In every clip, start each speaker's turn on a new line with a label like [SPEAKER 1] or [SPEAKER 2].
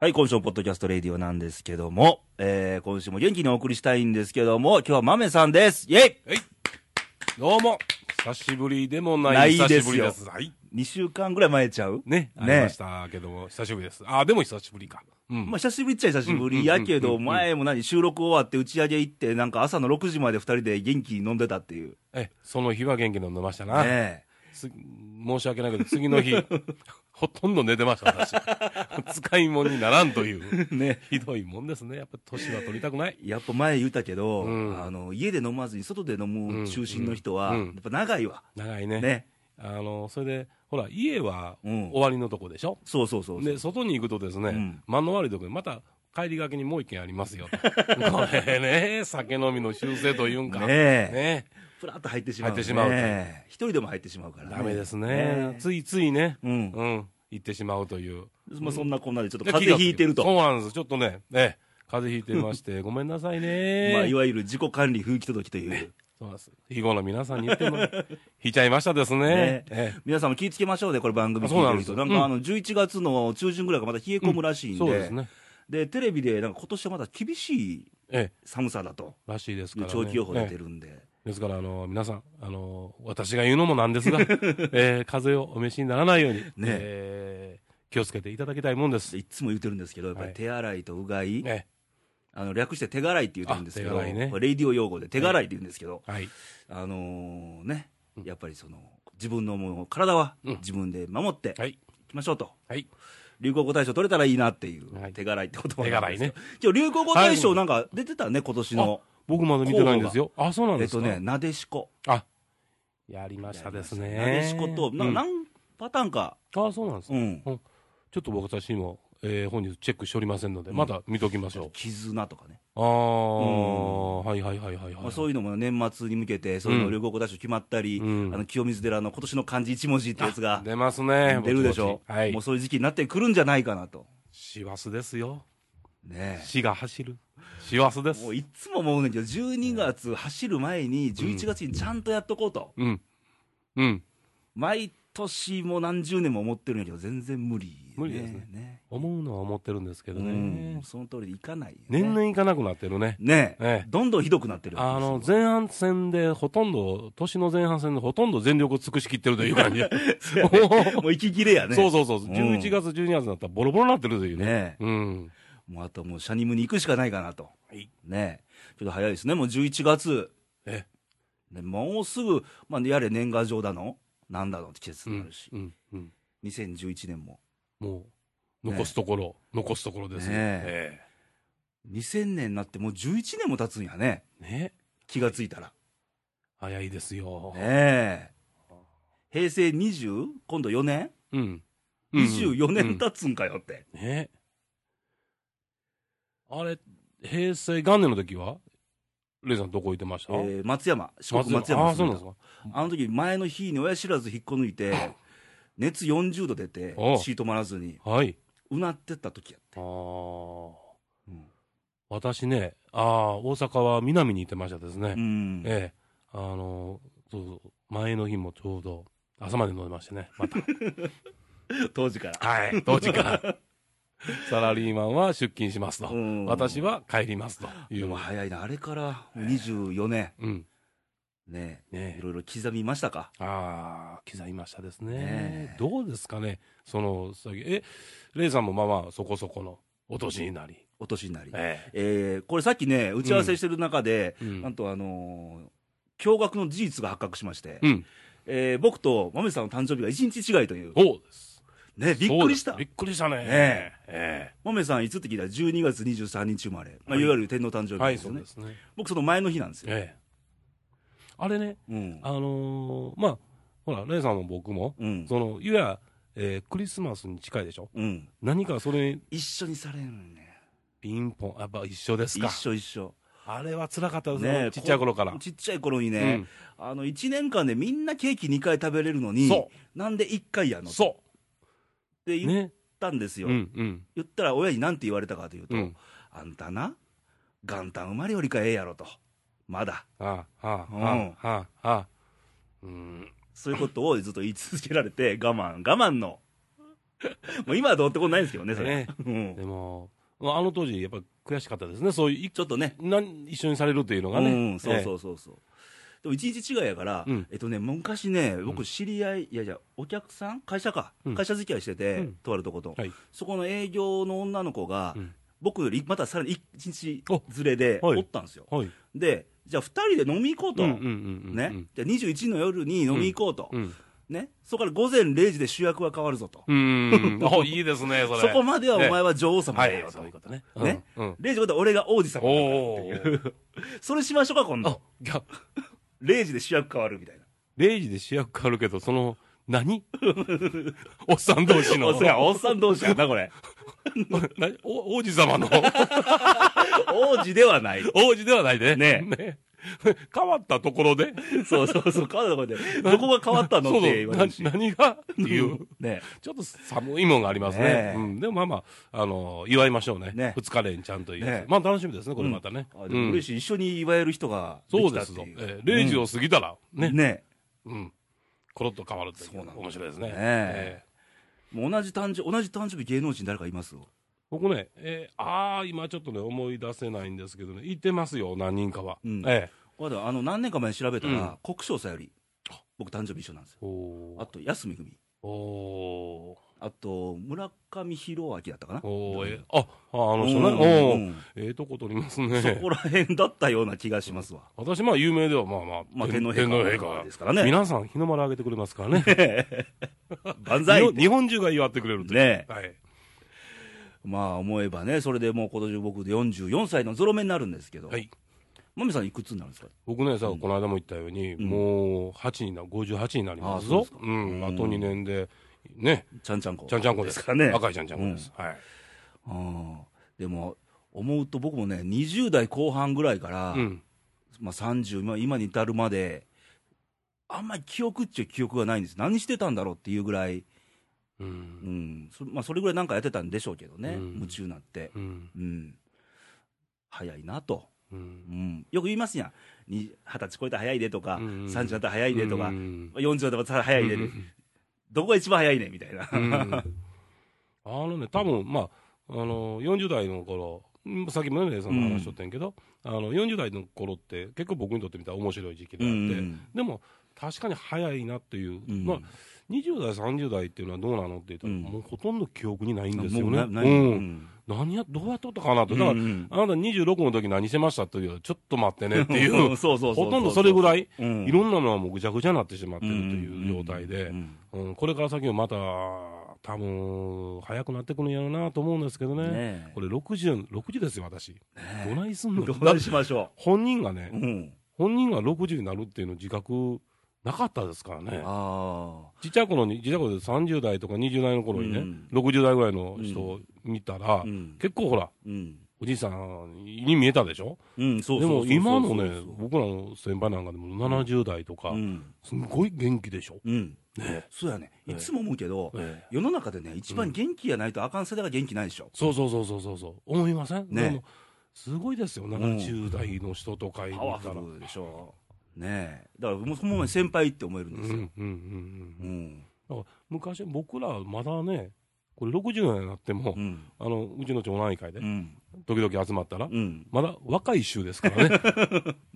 [SPEAKER 1] はい、今週のポッドキャストレディオなんですけども、えー、今週も元気にお送りしたいんですけども、今日は豆さんです。イェイ
[SPEAKER 2] どうも久しぶりでもない
[SPEAKER 1] ないですよ
[SPEAKER 2] 久しぶりです。はい。
[SPEAKER 1] !2 週間ぐらい前ちゃう
[SPEAKER 2] ね、ありましたけども、久しぶりです。あ、でも久しぶりか。うん。
[SPEAKER 1] まあ、久しぶりっちゃ久しぶりやけど、前も何、収録終わって打ち上げ行って、なんか朝の6時まで2人で元気に飲んでたっていう。
[SPEAKER 2] え、その日は元気に飲んでましたな。
[SPEAKER 1] ね
[SPEAKER 2] す申し訳ないけど、次の日、 ほとんど寝てました、私。 使い物にならんという。
[SPEAKER 1] え。 ね
[SPEAKER 2] ひどいもんですね。やっぱ年は取りたくない。
[SPEAKER 1] やっぱ前言ったけど、
[SPEAKER 2] うん
[SPEAKER 1] あの、家で飲まずに外で飲む中心の人は、
[SPEAKER 2] うんう
[SPEAKER 1] や
[SPEAKER 2] ん
[SPEAKER 1] っぱ長いわ。
[SPEAKER 2] 長いね。
[SPEAKER 1] ね
[SPEAKER 2] あの、それで、ほら、家は
[SPEAKER 1] うん
[SPEAKER 2] 終わりのとこでしょ、
[SPEAKER 1] そうそうそうそう。
[SPEAKER 2] で、外に行くとですね、
[SPEAKER 1] うん
[SPEAKER 2] 間の悪いとこにまた帰りがけにもう一軒あります よと。これね、酒飲みの習性というんか。
[SPEAKER 1] ねえ
[SPEAKER 2] ね
[SPEAKER 1] ふらっと入ってしまう、
[SPEAKER 2] 入ってしまうと
[SPEAKER 1] ねえ一人でも入ってしまうから、
[SPEAKER 2] ダメですね。
[SPEAKER 1] ね
[SPEAKER 2] ついついね、
[SPEAKER 1] う。
[SPEAKER 2] うんん、行ってしまうという。
[SPEAKER 1] まあ、そんなこんなでちょっと風邪ひいてると。
[SPEAKER 2] そうなんです。ちょっとね、ええ、風邪ひいて まして、ごめんなさいね。
[SPEAKER 1] まあ、いわゆる自己管理風紀届きという。
[SPEAKER 2] そうなんです。日頃皆さんに言っ ても、引いちゃいましたですね。え
[SPEAKER 1] 皆さんも気ぃつけましょうね、これ番組聞いて
[SPEAKER 2] あそうなん
[SPEAKER 1] る
[SPEAKER 2] です
[SPEAKER 1] 人。な
[SPEAKER 2] よ
[SPEAKER 1] ん
[SPEAKER 2] うん
[SPEAKER 1] かあの、11月の中旬ぐらいがまた冷え込むらしいんで。
[SPEAKER 2] えそうですね。
[SPEAKER 1] でテレビで、なんか今年はまだ厳しい
[SPEAKER 2] ええ、
[SPEAKER 1] 寒さだと、
[SPEAKER 2] らしいです
[SPEAKER 1] い
[SPEAKER 2] か
[SPEAKER 1] う
[SPEAKER 2] ら、ね。
[SPEAKER 1] 長期予報出
[SPEAKER 2] ええ
[SPEAKER 1] てるんで。
[SPEAKER 2] ですから、あの、皆さん、あの、私が言うのもなん ですが、えー風邪をお召しにならないように、えー気をつけていただきたいもんです。
[SPEAKER 1] いつも言ってるんですけど、やっぱり手洗いとうがい、
[SPEAKER 2] え
[SPEAKER 1] あの略して手洗いって言ってるんですけど、
[SPEAKER 2] あ手洗いね
[SPEAKER 1] これレディオ用語で手洗いって言うんですけど、
[SPEAKER 2] えはい。
[SPEAKER 1] あのーね、やっぱりその、自分のもう体は
[SPEAKER 2] うん
[SPEAKER 1] 自分で守って
[SPEAKER 2] はい。
[SPEAKER 1] いきましょうと、
[SPEAKER 2] はい。
[SPEAKER 1] 流行語大賞取れたらいいなっていう、
[SPEAKER 2] はい
[SPEAKER 1] 手洗いって言葉なんですけど
[SPEAKER 2] 手洗いね
[SPEAKER 1] 今日流行語大賞なんか出てたね、今年の。
[SPEAKER 2] 僕まだ見てないんですよ。あ、そうなん
[SPEAKER 1] え
[SPEAKER 2] で
[SPEAKER 1] っ
[SPEAKER 2] す
[SPEAKER 1] と
[SPEAKER 2] か。
[SPEAKER 1] ね、なでしこ。
[SPEAKER 2] あ、やりましたですね。
[SPEAKER 1] なでしこと、な
[SPEAKER 2] うん
[SPEAKER 1] 何パターンか。
[SPEAKER 2] あ、そうなんです
[SPEAKER 1] う
[SPEAKER 2] ね。
[SPEAKER 1] ん。
[SPEAKER 2] うんちょっと僕私も、えー本日チェックしておりませんので、また見ときましょう。
[SPEAKER 1] 絆とかね。
[SPEAKER 2] ああ、はいはいはいはい、はい
[SPEAKER 1] まあ、そういうのも年末に向けて、そういうの流行語大賞決まったり、
[SPEAKER 2] うん
[SPEAKER 1] あの、清水寺の今年の漢字一文字ってやつが
[SPEAKER 2] 出ますね。
[SPEAKER 1] 出るでしょ
[SPEAKER 2] ぼちぼちは
[SPEAKER 1] も。
[SPEAKER 2] いう
[SPEAKER 1] そういう時期になってくるんじゃないかなと。
[SPEAKER 2] 師走ですよ。
[SPEAKER 1] ねえ
[SPEAKER 2] 死が走る。師走です
[SPEAKER 1] も。ういっつも思うねんけど、12月走る前に、11月にちゃんとやっとこうと。
[SPEAKER 2] うん。うん。
[SPEAKER 1] 毎年もう何十年も思ってるんやけど、全然無理、
[SPEAKER 2] 無理ですね
[SPEAKER 1] ね
[SPEAKER 2] 思うのは思ってるんですけどね。
[SPEAKER 1] うん、その通りでいかないよね。
[SPEAKER 2] 年々いかなくなってるね。
[SPEAKER 1] ねえ
[SPEAKER 2] ええ
[SPEAKER 1] どんどんひどくなってる
[SPEAKER 2] あの、
[SPEAKER 1] そ
[SPEAKER 2] 前半戦でほとんど、年の前半戦でほとんど全力を尽くしきってるという 感じ。
[SPEAKER 1] うやね もう息切れやね。
[SPEAKER 2] そうそうそう。
[SPEAKER 1] ん
[SPEAKER 2] 11月、12月になったらボロボロになってるというね。
[SPEAKER 1] ね
[SPEAKER 2] うん。
[SPEAKER 1] えもうあともうシャニムに行くしかないかなと。
[SPEAKER 2] はい
[SPEAKER 1] ねえちょっと早いですね、もう11月。
[SPEAKER 2] え
[SPEAKER 1] ね、もうすぐ、まあ、やれ年賀状だの、なんだのって季節になるし、
[SPEAKER 2] うん。うん。
[SPEAKER 1] 2011年も。
[SPEAKER 2] もう、残すところ、残すところですよ。
[SPEAKER 1] ね
[SPEAKER 2] え
[SPEAKER 1] 2000年になってもう11年も経つんやね。
[SPEAKER 2] えね
[SPEAKER 1] 気がついたら。
[SPEAKER 2] 早いですよ。
[SPEAKER 1] ねえ平成 20? 今度4年
[SPEAKER 2] うん。
[SPEAKER 1] 24
[SPEAKER 2] うん
[SPEAKER 1] 年経つんかよって。
[SPEAKER 2] ねあれ、平成元年の時はレイさんどこ行ってました、
[SPEAKER 1] えー松山、四国松山
[SPEAKER 2] ああ、そう
[SPEAKER 1] 住
[SPEAKER 2] なん
[SPEAKER 1] ん
[SPEAKER 2] で
[SPEAKER 1] ですた
[SPEAKER 2] か。
[SPEAKER 1] あの時前の日に親知らず引っこ抜いて、熱40度出て
[SPEAKER 2] お、う
[SPEAKER 1] 血止まらずに、
[SPEAKER 2] はい。
[SPEAKER 1] うなってった時やっ
[SPEAKER 2] あ
[SPEAKER 1] て。
[SPEAKER 2] あ。
[SPEAKER 1] うん
[SPEAKER 2] 私ね、ああ、大阪は南に行ってましたですね。
[SPEAKER 1] うん
[SPEAKER 2] ええ。あの、そうそう。前の日もちょうど、朝まで飲んでましてね。また。
[SPEAKER 1] 当時から。
[SPEAKER 2] はい。当時から。サラリーマンは出勤しますと。
[SPEAKER 1] うん
[SPEAKER 2] 私は帰りますとい
[SPEAKER 1] で
[SPEAKER 2] う。
[SPEAKER 1] も早いな、あれから24年、
[SPEAKER 2] うん。
[SPEAKER 1] ね
[SPEAKER 2] ね
[SPEAKER 1] いろいろ刻みましたか。
[SPEAKER 2] ああ、刻みましたですね。
[SPEAKER 1] ねえ
[SPEAKER 2] どうですかね、その、さっきえ、レイさんもまあまあそこそこのお年になり。
[SPEAKER 1] お年になり。
[SPEAKER 2] え
[SPEAKER 1] えーこれさっきね、打ち合わせしてる中で、
[SPEAKER 2] うん
[SPEAKER 1] なんとあのー驚愕の事実が発覚しまして、
[SPEAKER 2] えうん。
[SPEAKER 1] えー僕と豆さんの誕生日が1日違いという。
[SPEAKER 2] そうです。
[SPEAKER 1] ね、びっくりした
[SPEAKER 2] そうですび。っくりしたね。
[SPEAKER 1] え
[SPEAKER 2] え
[SPEAKER 1] 豆さんいつって聞いたら12月23日生まれ。まあ、
[SPEAKER 2] はい
[SPEAKER 1] いわゆる天皇誕生
[SPEAKER 2] は
[SPEAKER 1] 日
[SPEAKER 2] い、
[SPEAKER 1] です
[SPEAKER 2] そ
[SPEAKER 1] よ
[SPEAKER 2] う
[SPEAKER 1] ね
[SPEAKER 2] で。すね。
[SPEAKER 1] 僕その前の日なんですよ。
[SPEAKER 2] ええあれね、
[SPEAKER 1] うん。
[SPEAKER 2] あのーまあ、ほら、レイさんも僕も、
[SPEAKER 1] うん。
[SPEAKER 2] その、いや、えークリスマスに近いでしょ
[SPEAKER 1] うん。
[SPEAKER 2] 何かそれに
[SPEAKER 1] 一緒にされんね。
[SPEAKER 2] ピンポン、やっぱ一緒です
[SPEAKER 1] 一
[SPEAKER 2] か。
[SPEAKER 1] 緒一緒。
[SPEAKER 2] あれは辛かったです
[SPEAKER 1] ね
[SPEAKER 2] ね。ちっちゃい頃から
[SPEAKER 1] こ。ちっちゃい頃にね、あの、1年間でみんなケーキ2回食べれるのに
[SPEAKER 2] そ、
[SPEAKER 1] なんで1回やのっ
[SPEAKER 2] そ
[SPEAKER 1] て
[SPEAKER 2] う。
[SPEAKER 1] 言っ
[SPEAKER 2] ね。
[SPEAKER 1] たんです
[SPEAKER 2] う
[SPEAKER 1] よ。
[SPEAKER 2] ん、うん。
[SPEAKER 1] 言ったら親に何て言われたかというと、
[SPEAKER 2] うん
[SPEAKER 1] あんたな、元旦生まれよりかええやろと。まだ。
[SPEAKER 2] ああ、はあ、
[SPEAKER 1] うん
[SPEAKER 2] はあ、はあ、はあ。うん。
[SPEAKER 1] そういうことをずっと言い続けられて、我慢、我慢の もう今はどうってことないんですけどね、それ。
[SPEAKER 2] ね
[SPEAKER 1] うん
[SPEAKER 2] でも、まああの当時、やっぱ悔しかったですね、そういう、い
[SPEAKER 1] ちょっとね、
[SPEAKER 2] なん一緒にされるというのがね。
[SPEAKER 1] うん、そうそ
[SPEAKER 2] え
[SPEAKER 1] うそうそう。でも一日違いやから、
[SPEAKER 2] うん
[SPEAKER 1] えっとね、昔ね、僕、知り合い、いやいや、お客さん、会社か、
[SPEAKER 2] うん
[SPEAKER 1] 会社付き合いしてて、
[SPEAKER 2] うん
[SPEAKER 1] とあるとこと、
[SPEAKER 2] えはい。
[SPEAKER 1] そこの営業の女の子が、
[SPEAKER 2] うん
[SPEAKER 1] 僕よりまたさらに一日
[SPEAKER 2] お
[SPEAKER 1] ずれで、
[SPEAKER 2] はい
[SPEAKER 1] おったんですよ。
[SPEAKER 2] はい。
[SPEAKER 1] で、じゃあ、2人で飲み行こうと、
[SPEAKER 2] うんうんうんうん。
[SPEAKER 1] ね、じゃあ21の夜に飲み行こうと、
[SPEAKER 2] うん。
[SPEAKER 1] ね、そこから午前0時で主役は変わるぞと、
[SPEAKER 2] う ん。あ、いいですね、それ。
[SPEAKER 1] そこまではお
[SPEAKER 2] ね
[SPEAKER 1] 前は女王様
[SPEAKER 2] は
[SPEAKER 1] だ
[SPEAKER 2] い
[SPEAKER 1] よ、と、
[SPEAKER 2] そういうことね。
[SPEAKER 1] ね
[SPEAKER 2] うんうん。
[SPEAKER 1] 0時まで俺が王子様だから
[SPEAKER 2] おー。
[SPEAKER 1] それしましょうか、今
[SPEAKER 2] あ
[SPEAKER 1] 度、、
[SPEAKER 2] いや、
[SPEAKER 1] 0時で主役変わるみたいな。
[SPEAKER 2] 0時で主役変わるけど、その、 何おっさん同士の。
[SPEAKER 1] おっさんおっさん同士やな、これ。
[SPEAKER 2] なお王子 様の
[SPEAKER 1] 王子ではない。
[SPEAKER 2] 王子ではないで。
[SPEAKER 1] ね
[SPEAKER 2] 変わったところで。
[SPEAKER 1] そうそうそう、変わったところで、 どこが変わったの
[SPEAKER 2] そう
[SPEAKER 1] っ
[SPEAKER 2] そ
[SPEAKER 1] て言
[SPEAKER 2] う
[SPEAKER 1] わ
[SPEAKER 2] な
[SPEAKER 1] れるし。
[SPEAKER 2] 何がっていう。
[SPEAKER 1] ね
[SPEAKER 2] ちょっと寒いもんがありますね。
[SPEAKER 1] ねえ
[SPEAKER 2] うん、でもまあまあ、あの祝いましょうね。
[SPEAKER 1] ね
[SPEAKER 2] 二日連ちゃんという、
[SPEAKER 1] ねえ
[SPEAKER 2] まあ楽しみですね、これまたね。
[SPEAKER 1] あでも嬉しい、一緒に祝える人がで
[SPEAKER 2] そう
[SPEAKER 1] きたっ
[SPEAKER 2] で
[SPEAKER 1] て
[SPEAKER 2] す
[SPEAKER 1] い
[SPEAKER 2] ぞ。
[SPEAKER 1] う。
[SPEAKER 2] えー、0時を過ぎたら、ね。
[SPEAKER 1] ね
[SPEAKER 2] うん。コロッと変わるとい
[SPEAKER 1] そう
[SPEAKER 2] う。
[SPEAKER 1] なんだ
[SPEAKER 2] 面白いですね。
[SPEAKER 1] ね
[SPEAKER 2] えー
[SPEAKER 1] もう同じ誕生同じ誕生日芸能人誰かいます
[SPEAKER 2] 僕ね、えー、ああ、今ちょっとね、思い出せないんですけどね、行ってますよ、何人かは。
[SPEAKER 1] うん
[SPEAKER 2] え
[SPEAKER 1] まだあの何年か前に調べたら、
[SPEAKER 2] うん
[SPEAKER 1] 国生さんより僕誕生日一緒なんですよ
[SPEAKER 2] ー、お
[SPEAKER 1] あ
[SPEAKER 2] ー
[SPEAKER 1] と安めぐみ
[SPEAKER 2] お
[SPEAKER 1] あと村上弘明だったかな
[SPEAKER 2] ーおーえーあ、ああの人ね、
[SPEAKER 1] うん
[SPEAKER 2] おお
[SPEAKER 1] う
[SPEAKER 2] ー、
[SPEAKER 1] ん
[SPEAKER 2] ええとこ取ります
[SPEAKER 1] そ
[SPEAKER 2] ね。
[SPEAKER 1] こら辺だったような気がしますわ、
[SPEAKER 2] 私、まあ、有名では、まあまあ、
[SPEAKER 1] まあ、天皇陛
[SPEAKER 2] 天
[SPEAKER 1] 下
[SPEAKER 2] 皇
[SPEAKER 1] です
[SPEAKER 2] 陛
[SPEAKER 1] から
[SPEAKER 2] 下
[SPEAKER 1] ね
[SPEAKER 2] 皆さん、日の丸あげてくれますからね。
[SPEAKER 1] 万
[SPEAKER 2] 日
[SPEAKER 1] 歳っ
[SPEAKER 2] 本
[SPEAKER 1] て
[SPEAKER 2] 日本中が祝って くれるという。
[SPEAKER 1] ね
[SPEAKER 2] はい。
[SPEAKER 1] まあ思えばねそれでもう今年僕で44歳のゾロ目になるんですけど、
[SPEAKER 2] はい
[SPEAKER 1] まみさんいくつになるんですか
[SPEAKER 2] 僕ね、さ、この間も言ったように、
[SPEAKER 1] ん
[SPEAKER 2] もう、8にな、58になります
[SPEAKER 1] あそ。う
[SPEAKER 2] ぞ
[SPEAKER 1] です
[SPEAKER 2] う
[SPEAKER 1] か
[SPEAKER 2] ん。
[SPEAKER 1] う
[SPEAKER 2] あ
[SPEAKER 1] ん
[SPEAKER 2] と2年で、ね、
[SPEAKER 1] ちゃんちゃんこ
[SPEAKER 2] ちゃんちゃんこで
[SPEAKER 1] です
[SPEAKER 2] す。
[SPEAKER 1] からね
[SPEAKER 2] 赤いちゃんちゃんこです。はい。
[SPEAKER 1] うんでも思うと僕もね20代後半ぐらいから、
[SPEAKER 2] うん。
[SPEAKER 1] まあ、30まあ今に至るまであんまり記憶っちゅう記憶がないんです何してたんだろうっていうぐらい、
[SPEAKER 2] う。
[SPEAKER 1] うんんそまあ、それぐらいなんかやってたんでしょうけどね、
[SPEAKER 2] うん
[SPEAKER 1] 夢中になって、
[SPEAKER 2] うん。
[SPEAKER 1] うん、早いなと、
[SPEAKER 2] うん
[SPEAKER 1] う。ん、よく言いますやんに二十歳超えたら早いでとか、
[SPEAKER 2] うん
[SPEAKER 1] 30になったら早いでとか、
[SPEAKER 2] うん
[SPEAKER 1] 40だったら早いで、
[SPEAKER 2] うん
[SPEAKER 1] どこが一番早いねみたいな、
[SPEAKER 2] うんあのね、多分まあ、あの40代の頃うんさっきもね、さんの話しとったんやけど、あの40代の頃って、結構僕にとってみたら面白い時期であって、
[SPEAKER 1] うん
[SPEAKER 2] でも、確かに早いなっていう、
[SPEAKER 1] うん
[SPEAKER 2] まあ、20代、30代っていうのはどうなのって言ったら、
[SPEAKER 1] うん
[SPEAKER 2] もうほとんど記憶にないんです
[SPEAKER 1] も
[SPEAKER 2] よ
[SPEAKER 1] う
[SPEAKER 2] ね。
[SPEAKER 1] なない、
[SPEAKER 2] う
[SPEAKER 1] うんん
[SPEAKER 2] 何やどうやっとったかなと、だから、
[SPEAKER 1] うん
[SPEAKER 2] あなた26の時何してましたっていう、ちょっと待ってねってい
[SPEAKER 1] ん
[SPEAKER 2] う、
[SPEAKER 1] そうそうそうう
[SPEAKER 2] ほとんどそれぐらい、
[SPEAKER 1] うん
[SPEAKER 2] いろんなのはもうぐちゃぐちゃになってしまってるという状態で。
[SPEAKER 1] うん
[SPEAKER 2] うん、これから先もまた、多分早くなってくるんやろうなと思うんですけどね、
[SPEAKER 1] ねえ
[SPEAKER 2] これ60、60ですよ、私、どないすんの、
[SPEAKER 1] ど
[SPEAKER 2] だ
[SPEAKER 1] うしましょ
[SPEAKER 2] 本人が
[SPEAKER 1] う、
[SPEAKER 2] ね、
[SPEAKER 1] うん、
[SPEAKER 2] 本人が60になるっていうの、自覚なかったですからね、
[SPEAKER 1] あ
[SPEAKER 2] ちっちゃい頃に、ちっちゃい頃で30代とか20代の頃にね、
[SPEAKER 1] うん
[SPEAKER 2] 60代ぐらいの人を見たら、
[SPEAKER 1] あうん
[SPEAKER 2] 結構ほら、
[SPEAKER 1] うん
[SPEAKER 2] おじいさんに見えたでしょ、
[SPEAKER 1] うん、そう
[SPEAKER 2] で
[SPEAKER 1] そうそ
[SPEAKER 2] も
[SPEAKER 1] うそう
[SPEAKER 2] 今のね
[SPEAKER 1] そう、
[SPEAKER 2] 僕らの先輩なんかでも70代とか、
[SPEAKER 1] うん、
[SPEAKER 2] すんごい元気でしょ。
[SPEAKER 1] うん、
[SPEAKER 2] ね
[SPEAKER 1] そうやね、
[SPEAKER 2] ええ
[SPEAKER 1] いつも思うけど、
[SPEAKER 2] ええ
[SPEAKER 1] 世の中でね、一番元気やないとあかん世代が元気ないでしょ、
[SPEAKER 2] そうそうそうそうそうそう思いません
[SPEAKER 1] ね
[SPEAKER 2] でもすごいですよ70代の人とかいた
[SPEAKER 1] パ
[SPEAKER 2] ら
[SPEAKER 1] ワフルでしょ、ねえ、だからもうそのまま先輩って思えるん
[SPEAKER 2] うん
[SPEAKER 1] で
[SPEAKER 2] うん
[SPEAKER 1] す
[SPEAKER 2] うんう
[SPEAKER 1] よ、うんん、
[SPEAKER 2] だから昔僕らまだねこれ60代になっても、
[SPEAKER 1] う、
[SPEAKER 2] うんあのうちの町内会で
[SPEAKER 1] うん、
[SPEAKER 2] 時々集まったら、
[SPEAKER 1] うん、
[SPEAKER 2] まだ若い衆ですか らね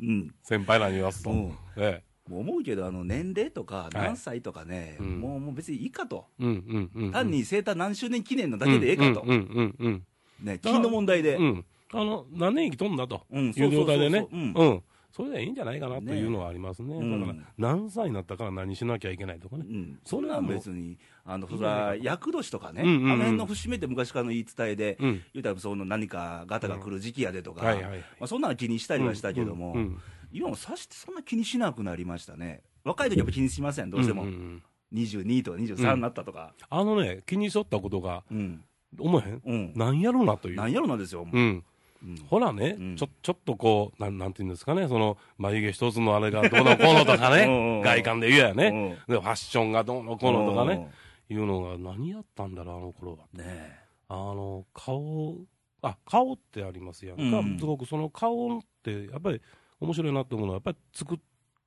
[SPEAKER 1] うん、
[SPEAKER 2] 先輩らに言わすと、
[SPEAKER 1] うん
[SPEAKER 2] ええ
[SPEAKER 1] もう思うけど、あの年齢とか、何歳とかね、
[SPEAKER 2] うん
[SPEAKER 1] もうもう別にいいかと、
[SPEAKER 2] うんうんうんうん
[SPEAKER 1] 単に生誕何周年記念のだけでええかと
[SPEAKER 2] う、んうんうん
[SPEAKER 1] ね、金の問題で
[SPEAKER 2] うん、う、んあの何年生きとんだと
[SPEAKER 1] うん、
[SPEAKER 2] いう状態でね
[SPEAKER 1] そうそうそう
[SPEAKER 2] うん、それでいいんじゃないかなというのはありますね
[SPEAKER 1] ね
[SPEAKER 2] だから
[SPEAKER 1] うん
[SPEAKER 2] 何歳になったから何しなきゃいけないとかね
[SPEAKER 1] うん、
[SPEAKER 2] そ
[SPEAKER 1] そ
[SPEAKER 2] れ
[SPEAKER 1] れ
[SPEAKER 2] は
[SPEAKER 1] は
[SPEAKER 2] もう
[SPEAKER 1] 別に、あの
[SPEAKER 2] いい
[SPEAKER 1] そ
[SPEAKER 2] んじゃないかな
[SPEAKER 1] ら厄年とかね、
[SPEAKER 2] うんうんうん
[SPEAKER 1] あの辺の節目って昔からの言い伝えで、
[SPEAKER 2] うん
[SPEAKER 1] 言うたらその何かガタが来る時期やでとか、
[SPEAKER 2] はいはい
[SPEAKER 1] まあ、そんなの気にしたりはしたけども、
[SPEAKER 2] うんうん
[SPEAKER 1] 今もさしてそんな気にしなくなりましたね、若い時はやっぱ気にしません、どうしても、
[SPEAKER 2] んんん
[SPEAKER 1] 22とか23になったとか、
[SPEAKER 2] あのね、気にしとったことが、
[SPEAKER 1] うん、
[SPEAKER 2] 思えへん
[SPEAKER 1] うん、
[SPEAKER 2] なんやろなという。
[SPEAKER 1] なんやろなんですよ、もう
[SPEAKER 2] うん。
[SPEAKER 1] うん
[SPEAKER 2] ほらね、
[SPEAKER 1] うん
[SPEAKER 2] ちょ、ちょっとこう、なん、なんていうんですかね、その、眉毛一つのあれがどうのこうのとか
[SPEAKER 1] うんうんうん
[SPEAKER 2] ね、外観で言えやね、
[SPEAKER 1] ね、
[SPEAKER 2] で、ファッションがどうのこうのとかね、いうのが何やったんだろう、あの頃は。
[SPEAKER 1] うん、ねえ
[SPEAKER 2] あの、顔、あ、顔ってありますやんか。
[SPEAKER 1] うん
[SPEAKER 2] すごくその顔って、やっぱり面白いなと思うのは、やっぱり作っ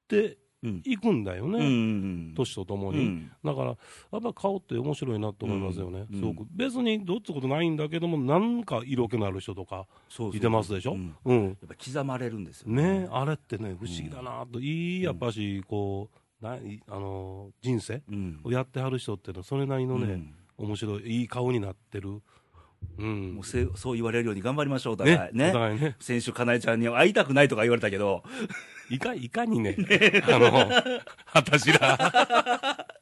[SPEAKER 2] て
[SPEAKER 1] うん
[SPEAKER 2] いくんだよ
[SPEAKER 1] う
[SPEAKER 2] ね、
[SPEAKER 1] ん
[SPEAKER 2] 年ととも
[SPEAKER 1] う
[SPEAKER 2] に、
[SPEAKER 1] ん
[SPEAKER 2] だから、やっぱ顔って面白いなと思いますよね、
[SPEAKER 1] うん
[SPEAKER 2] すごく、別にどっつことないんだけども、なんか色気のある人とか、
[SPEAKER 1] そうそう
[SPEAKER 2] いてますでしょ、
[SPEAKER 1] う
[SPEAKER 2] うんん
[SPEAKER 1] やっぱ刻まれるんですよ
[SPEAKER 2] ねあれってね、不思議だなと、いいやっぱし、こう、ないあのー人生
[SPEAKER 1] うん
[SPEAKER 2] をやってはる人っていうのは、それなりの
[SPEAKER 1] う
[SPEAKER 2] ね、
[SPEAKER 1] ん
[SPEAKER 2] 面白い、いい顔になってる、うん、
[SPEAKER 1] もうせそう言われるように頑張りましょう、お互い。ね
[SPEAKER 2] お互いね、
[SPEAKER 1] 先週、かなえちゃんに会いたくないとか言われたけど、
[SPEAKER 2] いかいかに ね、あの、私ら、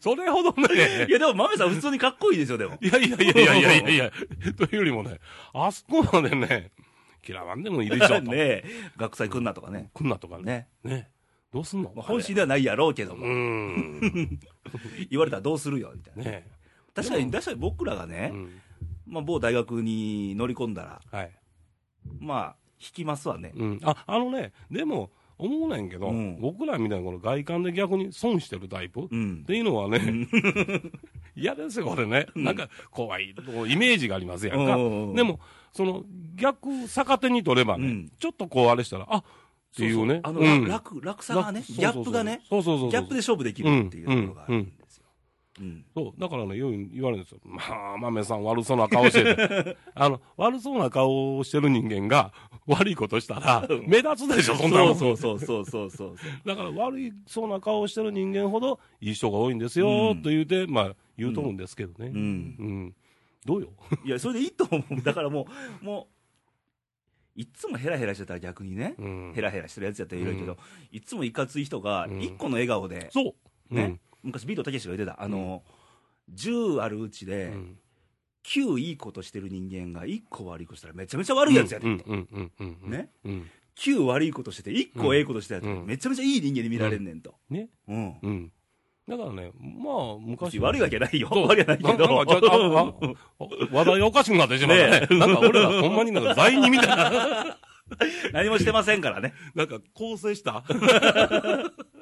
[SPEAKER 2] それほどね
[SPEAKER 1] い、や、でも、まめさん、普通にかっこいいですよ、で も。
[SPEAKER 2] いやいやいやいやいやいやいや、というよりもね、あそこまでね、嫌わんでもいいでしょと、
[SPEAKER 1] ねえ学祭来んなとかね。
[SPEAKER 2] 来んなとかね、
[SPEAKER 1] ね。
[SPEAKER 2] ねどうすんの、
[SPEAKER 1] まあ、本心
[SPEAKER 2] で、
[SPEAKER 1] ではないやろうけど
[SPEAKER 2] う
[SPEAKER 1] も、
[SPEAKER 2] ーん、ね
[SPEAKER 1] 言われたらどうするよ、みたいな。
[SPEAKER 2] え、
[SPEAKER 1] 確かに、確かに僕らが
[SPEAKER 2] う
[SPEAKER 1] ね、
[SPEAKER 2] ん、
[SPEAKER 1] まあ、某大学に乗り込んだら、
[SPEAKER 2] はい、
[SPEAKER 1] まあ、引きますわね。
[SPEAKER 2] うん、ああのね、でも、思うねんけど、
[SPEAKER 1] うん
[SPEAKER 2] 僕らみたいなこの外観で逆に損してるタイプ、っ
[SPEAKER 1] うん。
[SPEAKER 2] ていうのはね、 嫌ですよ、これね、なんか怖い、イメージがありますやんか、
[SPEAKER 1] うん
[SPEAKER 2] でも、その逆逆手に取ればね、
[SPEAKER 1] うん
[SPEAKER 2] ちょっとこうあれしたら、あっていうね、
[SPEAKER 1] あの、
[SPEAKER 2] うん
[SPEAKER 1] 楽、楽さがね、
[SPEAKER 2] そう
[SPEAKER 1] ギャップがね、
[SPEAKER 2] そうそうそうそう、
[SPEAKER 1] ギャップで勝負できるっていうところがあるんですよ。うん。
[SPEAKER 2] そうだからね、よう言われるんですよ、まあ、豆さん、悪そうな顔し ててあの、悪そうな顔をしてる人間が、悪いことしたら、目立つでしょ、そんなもん。
[SPEAKER 1] そうそうそうそうそうそう。
[SPEAKER 2] だから悪いそうな顔をしてる人間ほどいい人が多いんですよ、
[SPEAKER 1] うん
[SPEAKER 2] と言うて、まあ、言うと思うんですけどね、
[SPEAKER 1] う
[SPEAKER 2] うん
[SPEAKER 1] ん。
[SPEAKER 2] どうよ、
[SPEAKER 1] いや、それでいいと思う。だからもう、もう、いっつもヘラヘラしてたら逆にね、
[SPEAKER 2] うん
[SPEAKER 1] ヘラヘラしてるやつやったらいるけど、いっつもいかつい人が、
[SPEAKER 2] うん
[SPEAKER 1] 一個の笑顔で、
[SPEAKER 2] そう、
[SPEAKER 1] ね、昔ビートたけしが言ってた、あの、10あるうち
[SPEAKER 2] う
[SPEAKER 1] で、
[SPEAKER 2] ん、
[SPEAKER 1] 9いいことしてる人間が1個悪いことしたらめちゃめちゃ悪いやつやで、
[SPEAKER 2] うんうんうんうんうん
[SPEAKER 1] ね
[SPEAKER 2] うん
[SPEAKER 1] 9悪いことしてて1個ええことしてたやつ、
[SPEAKER 2] うん
[SPEAKER 1] めちゃめちゃいい人間に見られんねんと、
[SPEAKER 2] ね
[SPEAKER 1] うん
[SPEAKER 2] うん、だからね、まあ、昔
[SPEAKER 1] 悪いわけないよ悪いわけないけ
[SPEAKER 2] ななんかちょっと
[SPEAKER 1] ど
[SPEAKER 2] あわ話題がおかしくなってしまったね。 なんか俺らほんまになんか罪人みたいな、
[SPEAKER 1] 何もしてませんからね、
[SPEAKER 2] なんか構成した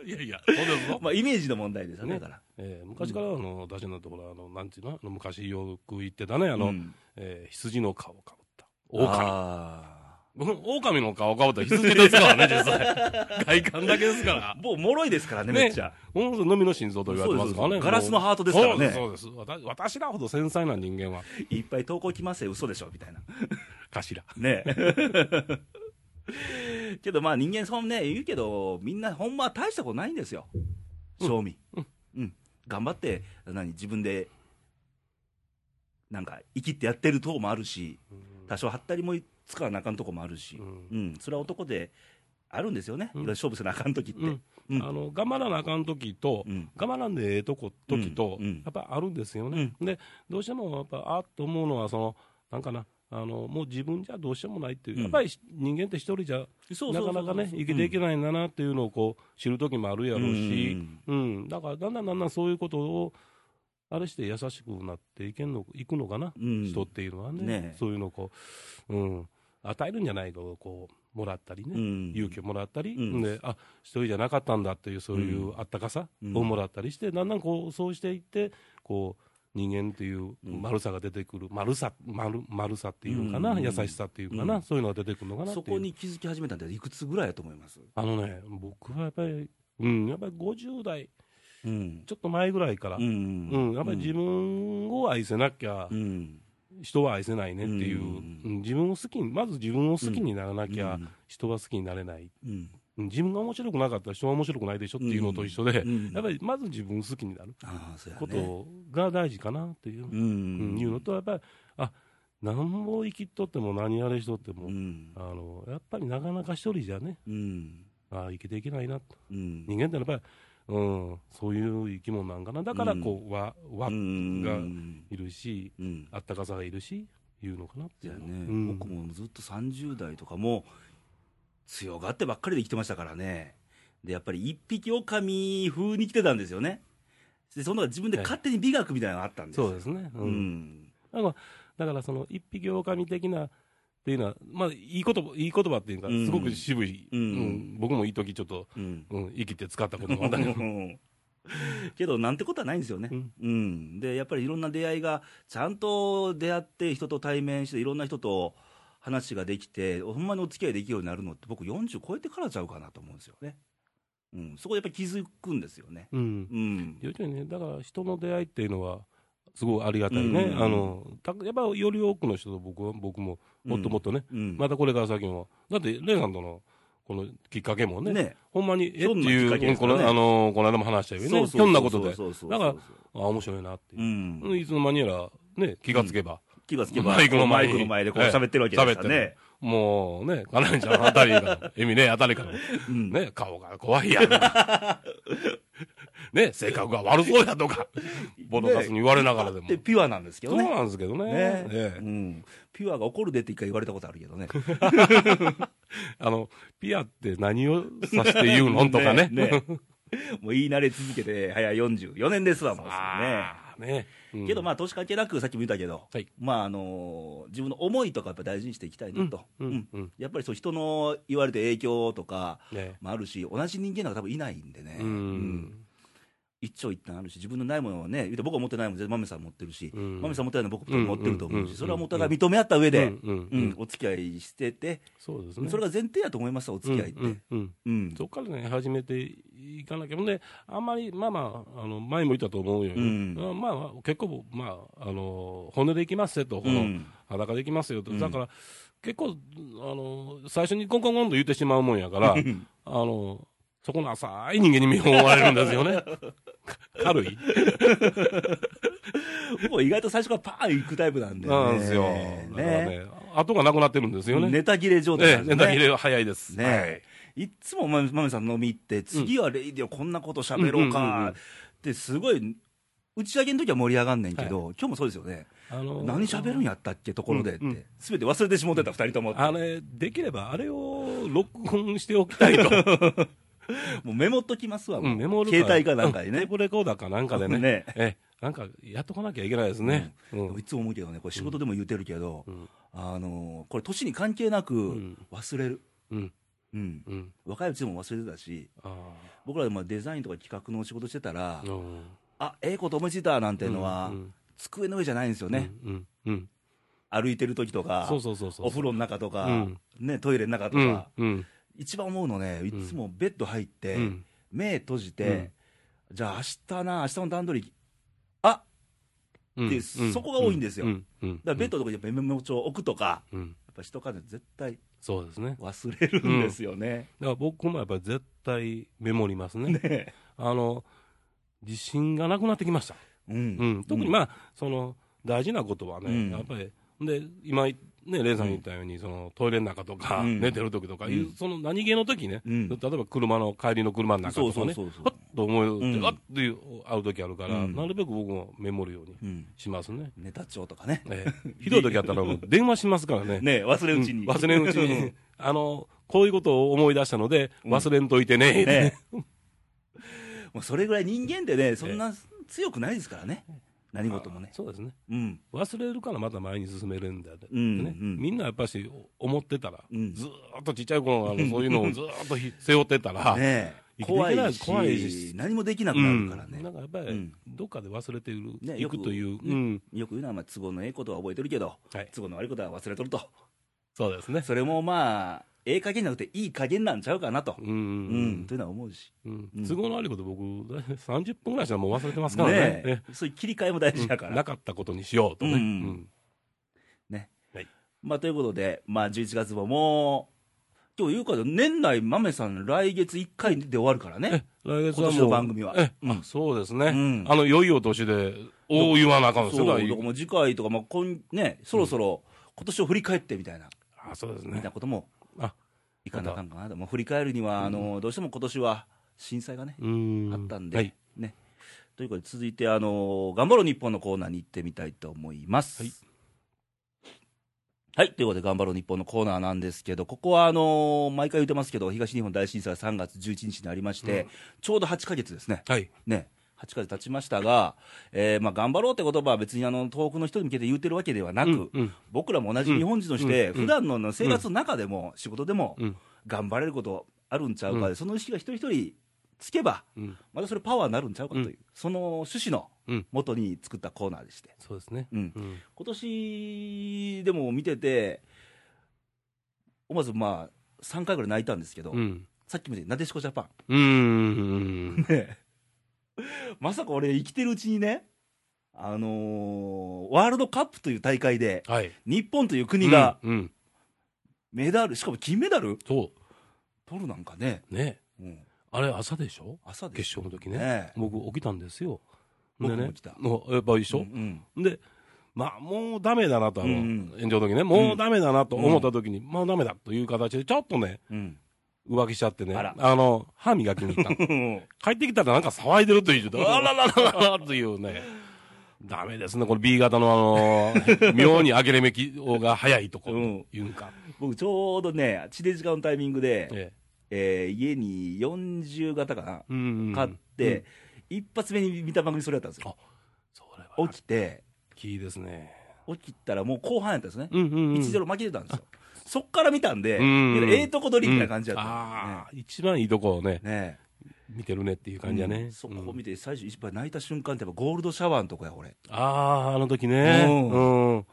[SPEAKER 2] いやいや、そうですぞ。
[SPEAKER 1] まあ、イメージの問題ですよね
[SPEAKER 2] ね
[SPEAKER 1] だから
[SPEAKER 2] えー昔からあの、私のところ、あの、なんていうの、あの昔よく言ってたね、あの、
[SPEAKER 1] うん
[SPEAKER 2] えー羊の顔をかぶった。狼。
[SPEAKER 1] あ
[SPEAKER 2] 僕狼の顔をかぶった羊ですか らね、実際。外観だけですから
[SPEAKER 1] ー。もう脆いですからね
[SPEAKER 2] ね
[SPEAKER 1] めっちゃ
[SPEAKER 2] ほんとのみの心臓と言われてますから
[SPEAKER 1] そう
[SPEAKER 2] ね。
[SPEAKER 1] ですガラスのハートですからね
[SPEAKER 2] そうです、そうです。私私らほど繊細な人間は、
[SPEAKER 1] いっぱい投稿来ますよ嘘でしょみたいな
[SPEAKER 2] かしら。
[SPEAKER 1] ね けどまあ人間そうね言うけどみんなほんまは大したことないんですよ正味うん、頑張って何自分でなんか生きてやってるとこもあるし多少はったりもつかなあかんとこもあるし
[SPEAKER 2] う、ん
[SPEAKER 1] うんそれは男であるんですよね、
[SPEAKER 2] うん
[SPEAKER 1] いろいろ勝負せなあかん時って、
[SPEAKER 2] うん
[SPEAKER 1] うん
[SPEAKER 2] あの頑張らなあかん時と、
[SPEAKER 1] うん
[SPEAKER 2] 我慢なんでええとこ時と、
[SPEAKER 1] うんうん
[SPEAKER 2] やっぱあるんですよね、でどうしてもやっぱあっと思うのはそのなんかなあのもう自分じゃどうしようもないっていう、
[SPEAKER 1] うん
[SPEAKER 2] やっぱり人間って一人じゃ
[SPEAKER 1] そうそう
[SPEAKER 2] な
[SPEAKER 1] そう
[SPEAKER 2] かなかね生きていけないんだなっていうのをこう知る時もあるやろうし、うんだからだんだんだんだんそういうことをあれして優しくなっていけんのいくのかな、
[SPEAKER 1] うんうん
[SPEAKER 2] 人っていうのはね
[SPEAKER 1] ねえ
[SPEAKER 2] そういうのをこう、うん、与えるんじゃないのこうもらったりね、
[SPEAKER 1] うん
[SPEAKER 2] 勇気をもらったり、
[SPEAKER 1] うん
[SPEAKER 2] であ一人じゃなかったんだっていうそういうあったかさをもらったりして、だんだんこうそうしていってこう人間っていう丸さが出てくる、丸さ丸丸さっていうのかな、
[SPEAKER 1] うん
[SPEAKER 2] 優しさっていうかな、
[SPEAKER 1] うん
[SPEAKER 2] そういうのが出てくるのかなってい
[SPEAKER 1] そうこに気づき始めたんでいくつぐらいやと思います、
[SPEAKER 2] あのね僕はやっぱり、うん、やっぱり50代
[SPEAKER 1] うん
[SPEAKER 2] ちょっと前ぐらいから、
[SPEAKER 1] う
[SPEAKER 2] う
[SPEAKER 1] ん
[SPEAKER 2] んやっぱり自分を愛せなきゃ、
[SPEAKER 1] うん
[SPEAKER 2] 人は愛せないねっていう、
[SPEAKER 1] う
[SPEAKER 2] うんん自分を好きにまず自分を好きにならなきゃ、
[SPEAKER 1] うん
[SPEAKER 2] 人は好きになれない
[SPEAKER 1] うん
[SPEAKER 2] うん自分が面白くなかったら人は面白くないでしょっていうのと一緒で、
[SPEAKER 1] うん
[SPEAKER 2] やっぱりまず自分を好きになる
[SPEAKER 1] ああそうやね
[SPEAKER 2] ことが大事かなっていう,、
[SPEAKER 1] う
[SPEAKER 2] うん
[SPEAKER 1] ん
[SPEAKER 2] いうのとやっぱりあ何を生きとっても何やれしとっても、
[SPEAKER 1] うん
[SPEAKER 2] あのやっぱりなかなか一人じゃね
[SPEAKER 1] うん
[SPEAKER 2] あ生きていけないなと
[SPEAKER 1] うん
[SPEAKER 2] 人間ってのはやっぱり、うん、そういう生き物なんかなだからこう、わわ
[SPEAKER 1] う
[SPEAKER 2] が
[SPEAKER 1] ん
[SPEAKER 2] いるし
[SPEAKER 1] うん
[SPEAKER 2] あったかさがいるしいうのかなっ
[SPEAKER 1] そ
[SPEAKER 2] ていう
[SPEAKER 1] や
[SPEAKER 2] う
[SPEAKER 1] ね、
[SPEAKER 2] ん
[SPEAKER 1] 僕もずっと30代とかも強がってばっかりで生きてましたからねでやっぱり一匹狼風に来てたんですよねでその中で自分で勝手に美学みたいなのがあったんですよ
[SPEAKER 2] そうですね、う
[SPEAKER 1] うんん
[SPEAKER 2] だから、だからその一匹狼的なっていうのは、まあ、いい言葉、いい言葉っていうか、
[SPEAKER 1] うん
[SPEAKER 2] すごく渋い、
[SPEAKER 1] うん
[SPEAKER 2] うん僕もいい時ちょっと、
[SPEAKER 1] うん
[SPEAKER 2] うん、生きて使った ことがあったけど、
[SPEAKER 1] けどなんてことはないんですよね、う
[SPEAKER 2] うんん
[SPEAKER 1] でやっぱりいろんな出会いがちゃんと出会って人と対面していろんな人と話ができてほんまにお付き合いできるようになるのって僕40超えてからちゃうかなと思うんですよねうん、そこでやっぱり気づくんですよね。
[SPEAKER 2] うん
[SPEAKER 1] うん、
[SPEAKER 2] 徐々にね、だから人の出会いっていうのは、すごいありがたいね、
[SPEAKER 1] うん
[SPEAKER 2] あのたやっぱより多くの人と僕は僕も、もっともっとね、
[SPEAKER 1] うん、
[SPEAKER 2] またこれから先も、だって、レイさんとのこのきっかけもね、
[SPEAKER 1] ね
[SPEAKER 2] ほんまに、えって
[SPEAKER 1] ひょんなきっ
[SPEAKER 2] いう、
[SPEAKER 1] かけです
[SPEAKER 2] こ
[SPEAKER 1] からね
[SPEAKER 2] のあのこの間も話したようにね、ひょんなことで、
[SPEAKER 1] そうそうそう
[SPEAKER 2] だからあ面白いなっていうう、
[SPEAKER 1] ん、
[SPEAKER 2] いつの間にやら、ね、気がつけば、
[SPEAKER 1] 気がつけば、
[SPEAKER 2] マイクの
[SPEAKER 1] マ
[SPEAKER 2] 前に
[SPEAKER 1] イクの前でこう喋ってるわけですからね。
[SPEAKER 2] もうね、カナンちゃんあたりが、エミね、あたりから、
[SPEAKER 1] うん
[SPEAKER 2] ね、顔が怖 いやん。ね、性格が悪そうやとか、ボロカスに言われながらでも。
[SPEAKER 1] で、ピュアなんですけ
[SPEAKER 2] そ
[SPEAKER 1] ど
[SPEAKER 2] う
[SPEAKER 1] ね。
[SPEAKER 2] なんですけどね。
[SPEAKER 1] ね
[SPEAKER 2] え
[SPEAKER 1] う
[SPEAKER 2] え
[SPEAKER 1] ん、ピュアが怒るでって一回言われたことあるけ どね。。
[SPEAKER 2] あの、ピアって何を指して言うのとかね
[SPEAKER 1] もう言い慣れ続けて、早44年ですわ、もうすぐね。
[SPEAKER 2] あーね。うん
[SPEAKER 1] けど、まあ、年かけなく、さっきも言ったけど、
[SPEAKER 2] はい
[SPEAKER 1] まああのー自分の思いとかやっぱ大事にしていきたいなと、
[SPEAKER 2] うん
[SPEAKER 1] うん
[SPEAKER 2] うん
[SPEAKER 1] やっぱりそう人の言われて影響とか
[SPEAKER 2] ね。
[SPEAKER 1] もあるし、同じ人間なんか多分いないんでね、
[SPEAKER 2] う
[SPEAKER 1] うん
[SPEAKER 2] ん。
[SPEAKER 1] 一長一短あるし、自分のないものをね、言うて僕は持ってないもの、全部マメさん持ってるし、
[SPEAKER 2] うん
[SPEAKER 1] マメさん持ってないの僕も持ってると思うし、
[SPEAKER 2] うん
[SPEAKER 1] それはもうお互い認め合った上で、
[SPEAKER 2] うんうん
[SPEAKER 1] う
[SPEAKER 2] うんん
[SPEAKER 1] お付き合いしてて、
[SPEAKER 2] そうですね。
[SPEAKER 1] それが前提やと思いますわお付き合いって。
[SPEAKER 2] うんうんうん
[SPEAKER 1] うん
[SPEAKER 2] そこからね、始めていかなきゃ、ほんで、あんまり、まあまあ、あの前も言ったと思うように、
[SPEAKER 1] うん
[SPEAKER 2] まあまあ、結構、まあ、あの骨でいきますよと、こ
[SPEAKER 1] う
[SPEAKER 2] の
[SPEAKER 1] ん
[SPEAKER 2] 裸でいきますよと、
[SPEAKER 1] うん
[SPEAKER 2] だから、結構、あの最初にコンコンコンと言ってしまうもんやから、あのそこの浅い人間に見本われるんですよね、 軽い、
[SPEAKER 1] もう意外と最初からパーン行くタイプなんで、ね、
[SPEAKER 2] なんですよ、だから
[SPEAKER 1] ね
[SPEAKER 2] ね、後がなくなってるんですよね、
[SPEAKER 1] ネタ切れ状態
[SPEAKER 2] え
[SPEAKER 1] な
[SPEAKER 2] え
[SPEAKER 1] んで
[SPEAKER 2] ネ
[SPEAKER 1] す
[SPEAKER 2] タ切れは早いです。
[SPEAKER 1] ね
[SPEAKER 2] はい
[SPEAKER 1] いっつもまめまめさん飲み行って、次はレイディオこんなこと喋ろう
[SPEAKER 2] うんうんうんうん
[SPEAKER 1] かって、すごい、打ち上げの時は盛り上がんねんけど、今日もそうですよね、
[SPEAKER 2] あの
[SPEAKER 1] 何喋るんやったっけところでっ
[SPEAKER 2] うんうん
[SPEAKER 1] て、すべて忘れてしもってた、二人とも、
[SPEAKER 2] あれ、できればあれを録音しておきたいと。
[SPEAKER 1] もうメモっときますわ、
[SPEAKER 2] うん、メ
[SPEAKER 1] も
[SPEAKER 2] モ
[SPEAKER 1] う
[SPEAKER 2] る
[SPEAKER 1] 携帯かなんかで
[SPEAKER 2] うテ
[SPEAKER 1] ね
[SPEAKER 2] ー。プレコーダーかなんかでね。
[SPEAKER 1] ね
[SPEAKER 2] ええなんかやっとかなきゃいけないですね。うん
[SPEAKER 1] いつも思うけどね、これ仕事でも言うてるけど、
[SPEAKER 2] ん
[SPEAKER 1] あのーこれ年に関係なく
[SPEAKER 2] ん
[SPEAKER 1] 忘れる、
[SPEAKER 2] うん。
[SPEAKER 1] うん
[SPEAKER 2] うん。
[SPEAKER 1] 若いうちでも忘れてたし、
[SPEAKER 2] あ
[SPEAKER 1] 僕らでもデザインとか企画の仕事してたら
[SPEAKER 2] あ。、うん。
[SPEAKER 1] あええこと思いついたなんていうのは、
[SPEAKER 2] うんうん
[SPEAKER 1] 机の上じゃないんですよね、
[SPEAKER 2] うん。うん。
[SPEAKER 1] 歩いてる時とか、
[SPEAKER 2] そうそうそうそう。
[SPEAKER 1] お風呂の中とか、
[SPEAKER 2] うん
[SPEAKER 1] ね、トイレの中とか、
[SPEAKER 2] うん。うん。
[SPEAKER 1] 一番思うのね、いつもベッド入って、
[SPEAKER 2] うん
[SPEAKER 1] 目閉じて、じゃあ明日な、明日の段取り、あ
[SPEAKER 2] うん
[SPEAKER 1] でそこが多いんですよ
[SPEAKER 2] うん。うん。
[SPEAKER 1] だからベッドとかにやっぱメモ帳置くとか、
[SPEAKER 2] うん。
[SPEAKER 1] やっぱ人から絶対
[SPEAKER 2] そうですね。
[SPEAKER 1] 忘れるんですよね。
[SPEAKER 2] だから僕もやっぱり絶対メモりますね。
[SPEAKER 1] ね
[SPEAKER 2] あの、自信がなくなってきました。
[SPEAKER 1] うん
[SPEAKER 2] うん、特にまあ、その大事なことはね、
[SPEAKER 1] うん
[SPEAKER 2] やっぱり、で今、ね、レイさんが言ったように、そのトイレの中とか、
[SPEAKER 1] うん
[SPEAKER 2] 寝てる時とか、
[SPEAKER 1] うん
[SPEAKER 2] その何気の時ね、
[SPEAKER 1] うん
[SPEAKER 2] 例えば車の帰りの車の中とかね、
[SPEAKER 1] そうそうそうそう
[SPEAKER 2] はっと思い、
[SPEAKER 1] うん
[SPEAKER 2] あっという会う時あるから、
[SPEAKER 1] うん
[SPEAKER 2] なるべく僕もメモるように
[SPEAKER 1] うん
[SPEAKER 2] しますね。
[SPEAKER 1] ネタ帳とかね、
[SPEAKER 2] ええひどい時あったら、電話しますからね。
[SPEAKER 1] ね忘れ
[SPEAKER 2] うん
[SPEAKER 1] うちに、
[SPEAKER 2] 忘れんうちに、あの、こういうことを思い出したので、忘れんといてね、
[SPEAKER 1] ね もうそれぐらい人間ってね、そんな強くないですからね、何事もね。
[SPEAKER 2] そうですね。
[SPEAKER 1] うん
[SPEAKER 2] 忘れるからまた前に進めるんだってね、
[SPEAKER 1] うんうん
[SPEAKER 2] みんなやっぱし思ってたら、
[SPEAKER 1] うん
[SPEAKER 2] ずーっとちっちゃい頃のあのそういうのをずーっとひ背負ってたら、
[SPEAKER 1] ねえ
[SPEAKER 2] 生きていけない
[SPEAKER 1] 怖いし
[SPEAKER 2] 怖いし
[SPEAKER 1] 何もできなく
[SPEAKER 2] う
[SPEAKER 1] なんるからね、
[SPEAKER 2] なんかやっぱり、
[SPEAKER 1] うん
[SPEAKER 2] どっかで忘れている、
[SPEAKER 1] ね
[SPEAKER 2] いくという、うん、
[SPEAKER 1] よく言うのは、まあ、都合のええことは覚えてるけど、
[SPEAKER 2] はい、
[SPEAKER 1] 都合の悪いことは忘れとると、
[SPEAKER 2] そうですね。
[SPEAKER 1] それもまあ、ええ加減じゃなくて、いい加減なんちゃうかなと、
[SPEAKER 2] うん
[SPEAKER 1] うんというのは思うし、
[SPEAKER 2] うん
[SPEAKER 1] うん
[SPEAKER 2] 都合の悪いこと、僕、30分ぐらいしたらもう忘れてますからね、
[SPEAKER 1] ねえ
[SPEAKER 2] ね
[SPEAKER 1] そういう切り替えも大
[SPEAKER 2] う
[SPEAKER 1] 事
[SPEAKER 2] ん
[SPEAKER 1] だから。
[SPEAKER 2] なかったことにしようとね、
[SPEAKER 1] うん
[SPEAKER 2] うん
[SPEAKER 1] ね
[SPEAKER 2] はい
[SPEAKER 1] まあ、ということで、まあ、11月ももう、今日言うかと、年内、豆さん、来月1回で終わるからね、
[SPEAKER 2] 来月
[SPEAKER 1] 今
[SPEAKER 2] は
[SPEAKER 1] 年
[SPEAKER 2] も
[SPEAKER 1] の
[SPEAKER 2] う、
[SPEAKER 1] 番組は。
[SPEAKER 2] え
[SPEAKER 1] うん
[SPEAKER 2] そうですね、
[SPEAKER 1] うん
[SPEAKER 2] あの良いお年で、お言わなあかんです
[SPEAKER 1] そ
[SPEAKER 2] よ、
[SPEAKER 1] う、だ
[SPEAKER 2] 来
[SPEAKER 1] からもう次回とか、まあこんね、そろそろ今年を振り返ってみたいな、
[SPEAKER 2] あそうです
[SPEAKER 1] みたい
[SPEAKER 2] ね
[SPEAKER 1] な。ことも
[SPEAKER 2] あ
[SPEAKER 1] いかなあかんかなと、もう振り返るには、あのどうしても今年は震災がね、
[SPEAKER 2] うん
[SPEAKER 1] あったんで、
[SPEAKER 2] はい
[SPEAKER 1] ね。ということで、続いて、あの頑張ろう日本のコーナーに行ってみたいと思います。は
[SPEAKER 2] はいい、
[SPEAKER 1] ということで、頑張ろう日本のコーナーなんですけど、ここはあの毎回言ってますけど、東日本大震災3月11日にありまして、ちょうど8か月ですね。
[SPEAKER 2] はい
[SPEAKER 1] ね、8ヶ月経ちましたが、えーまあ、頑張ろうって言葉は別にあの東北の人に向けて言ってるわけではなく、
[SPEAKER 2] うんうん
[SPEAKER 1] 僕らも同じ日本人として、
[SPEAKER 2] うんうん
[SPEAKER 1] 普段の生活の中でも、仕事でも
[SPEAKER 2] うん
[SPEAKER 1] 頑張れることあるんちゃうかで、
[SPEAKER 2] う
[SPEAKER 1] その意識が一人一人つけば、
[SPEAKER 2] うん
[SPEAKER 1] またそれパワーになるんちゃうかという、
[SPEAKER 2] う
[SPEAKER 1] その趣旨の
[SPEAKER 2] うん
[SPEAKER 1] もとに作ったコーナーでして、
[SPEAKER 2] そうですね。
[SPEAKER 1] うん
[SPEAKER 2] うん
[SPEAKER 1] 今年でも見てて、思わずまあ3回ぐらい泣いたんですけど、
[SPEAKER 2] うん
[SPEAKER 1] さっきも言ったなでしこジャパン。
[SPEAKER 2] うーん。
[SPEAKER 1] ね えまさか俺、生きてるうちにね、あのーワールドカップという大会で、
[SPEAKER 2] はい。
[SPEAKER 1] 日本という国が
[SPEAKER 2] うん、うん。
[SPEAKER 1] メダル、しかも金メダル
[SPEAKER 2] そ
[SPEAKER 1] 取るなんかね、
[SPEAKER 2] う。ね。
[SPEAKER 1] うん、
[SPEAKER 2] あれ、朝でしょ
[SPEAKER 1] 朝で
[SPEAKER 2] 決
[SPEAKER 1] し
[SPEAKER 2] 勝の時
[SPEAKER 1] ょね
[SPEAKER 2] ね。僕、起きたんですよ。
[SPEAKER 1] 僕
[SPEAKER 2] で
[SPEAKER 1] も
[SPEAKER 2] ね
[SPEAKER 1] 来た。
[SPEAKER 2] もうやっぱ一緒、
[SPEAKER 1] うん
[SPEAKER 2] で、まあ、もうダメだなと、あの、
[SPEAKER 1] うん
[SPEAKER 2] 炎上の時ね、もうダメだなと思った時に、もうダメだという形で、ちょっとね、
[SPEAKER 1] うん
[SPEAKER 2] 浮気しちゃってね、
[SPEAKER 1] あら
[SPEAKER 2] の、歯磨きに行ったの。
[SPEAKER 1] うん、
[SPEAKER 2] 帰ってきたらなんか騒いでるという状態、あらららららというね。ダメですね、この B 型 のあの、妙にあげれめきが早いとこ
[SPEAKER 1] うん
[SPEAKER 2] いうんか。
[SPEAKER 1] 僕、ちょうどね、地デジ化のタイミングで、え
[SPEAKER 2] ええ
[SPEAKER 1] ー家に40型か
[SPEAKER 2] うんうんうん
[SPEAKER 1] な、買って、、一発目に見た番組、それやったんですよ。
[SPEAKER 2] それは
[SPEAKER 1] 起きて、
[SPEAKER 2] 大きいですね。
[SPEAKER 1] 起きたらもう後半やったんですね、
[SPEAKER 2] うんうん、
[SPEAKER 1] 1ゼロ負けてたんですよ、そっから見たんで、
[SPEAKER 2] うんうん
[SPEAKER 1] ええとこ取りみたいな感じだったん
[SPEAKER 2] ああ、一番いいとこをね、
[SPEAKER 1] ですよねね
[SPEAKER 2] 見てるねっていう感じだね。
[SPEAKER 1] うんそこを見て、最初、一杯泣いた瞬間って、ゴールドシャワーのとこや、俺、
[SPEAKER 2] ああ、あの時ね。
[SPEAKER 1] う
[SPEAKER 2] うん。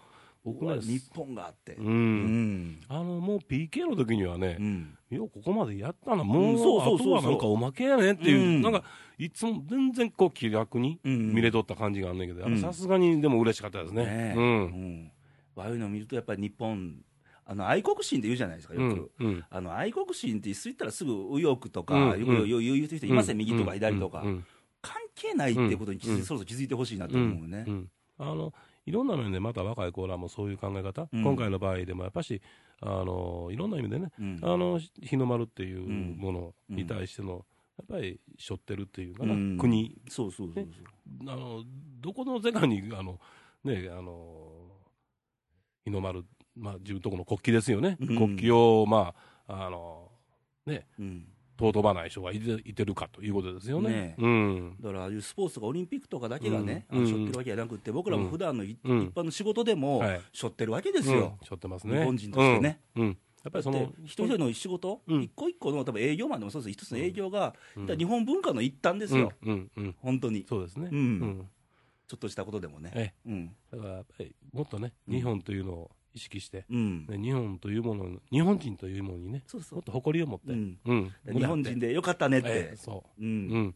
[SPEAKER 2] 僕
[SPEAKER 1] うわ
[SPEAKER 2] ね、
[SPEAKER 1] 日本があって、
[SPEAKER 2] う。
[SPEAKER 1] うんん
[SPEAKER 2] あの、もう PK の時にはね
[SPEAKER 1] う、ん
[SPEAKER 2] ようここまでやったな、
[SPEAKER 1] う
[SPEAKER 2] も
[SPEAKER 1] ん
[SPEAKER 2] う、
[SPEAKER 1] そうそうそうそう
[SPEAKER 2] あとはなんかおまけやねっていう、
[SPEAKER 1] うん
[SPEAKER 2] なんか、いつも全然こう気楽に
[SPEAKER 1] うん
[SPEAKER 2] 見れとった感じがあんねんけど、やっぱ
[SPEAKER 1] うん
[SPEAKER 2] さすがにでも嬉しかったですね。
[SPEAKER 1] ねえうんああいうのを見ると、やっぱり日本、あの愛国心って言うじゃないですか、
[SPEAKER 2] う
[SPEAKER 1] よ
[SPEAKER 2] ん。うん
[SPEAKER 1] く。。
[SPEAKER 2] うん。
[SPEAKER 1] あの愛国心って、言ったらすぐ右翼と
[SPEAKER 2] うん
[SPEAKER 1] か、
[SPEAKER 2] うん
[SPEAKER 1] よく言う言う人いますよ、右とか左とか
[SPEAKER 2] うん、うん
[SPEAKER 1] 関係ないっていうことに気づ
[SPEAKER 2] うん
[SPEAKER 1] そろそろ気づいてほしいなと
[SPEAKER 2] うん
[SPEAKER 1] 思うね
[SPEAKER 2] う。んあのいろんな面でまた若い子らもそういう考え方、
[SPEAKER 1] うん
[SPEAKER 2] 今回の場合でもやっぱしあのいろんな意味でね、
[SPEAKER 1] うん
[SPEAKER 2] あの日の丸っていう
[SPEAKER 1] うん
[SPEAKER 2] ものに対しての、やっぱり背負ってるっていうかな、
[SPEAKER 1] うん
[SPEAKER 2] 国
[SPEAKER 1] そうそうそうそう
[SPEAKER 2] あのどこの世界にあの、ね、あの日の丸、まあ、自分とこの国旗ですよね、
[SPEAKER 1] うん
[SPEAKER 2] 国旗を、まあ、あのね
[SPEAKER 1] うん
[SPEAKER 2] 尊ばない人がいていてるかということですよね。
[SPEAKER 1] ね
[SPEAKER 2] うん
[SPEAKER 1] だからああいうスポーツとかオリンピックとかだけがね、
[SPEAKER 2] うん
[SPEAKER 1] あの背負ってるわけじゃなくって、僕らも普段のい一
[SPEAKER 2] うん
[SPEAKER 1] 般の仕事でも
[SPEAKER 2] はい
[SPEAKER 1] 背負ってるわけです
[SPEAKER 2] うん
[SPEAKER 1] よ、
[SPEAKER 2] 背負ってますね
[SPEAKER 1] 日本人としてね、
[SPEAKER 2] うんうんやっぱりそ
[SPEAKER 1] で
[SPEAKER 2] の
[SPEAKER 1] 一人一人の仕事、
[SPEAKER 2] うん
[SPEAKER 1] 一個一個の多分営業マンでもそうです、一つの営業が、
[SPEAKER 2] うん
[SPEAKER 1] だから日本文化の一端ですよ、
[SPEAKER 2] うんうんうん
[SPEAKER 1] 本当に、
[SPEAKER 2] そうですね、
[SPEAKER 1] うん
[SPEAKER 2] うん
[SPEAKER 1] ちょっとしたことでもね。
[SPEAKER 2] え
[SPEAKER 1] うん
[SPEAKER 2] えだからやっぱりもっとね、
[SPEAKER 1] うん
[SPEAKER 2] 日本というのを意識して、
[SPEAKER 1] うん
[SPEAKER 2] ね、日本というもの日本人というものにね、
[SPEAKER 1] そうそ
[SPEAKER 2] も
[SPEAKER 1] う
[SPEAKER 2] っと誇りを持って、
[SPEAKER 1] うん
[SPEAKER 2] うん
[SPEAKER 1] 日本人
[SPEAKER 2] で
[SPEAKER 1] でよかったねっ
[SPEAKER 2] え
[SPEAKER 1] て
[SPEAKER 2] え、そうう、
[SPEAKER 1] ん
[SPEAKER 2] うん、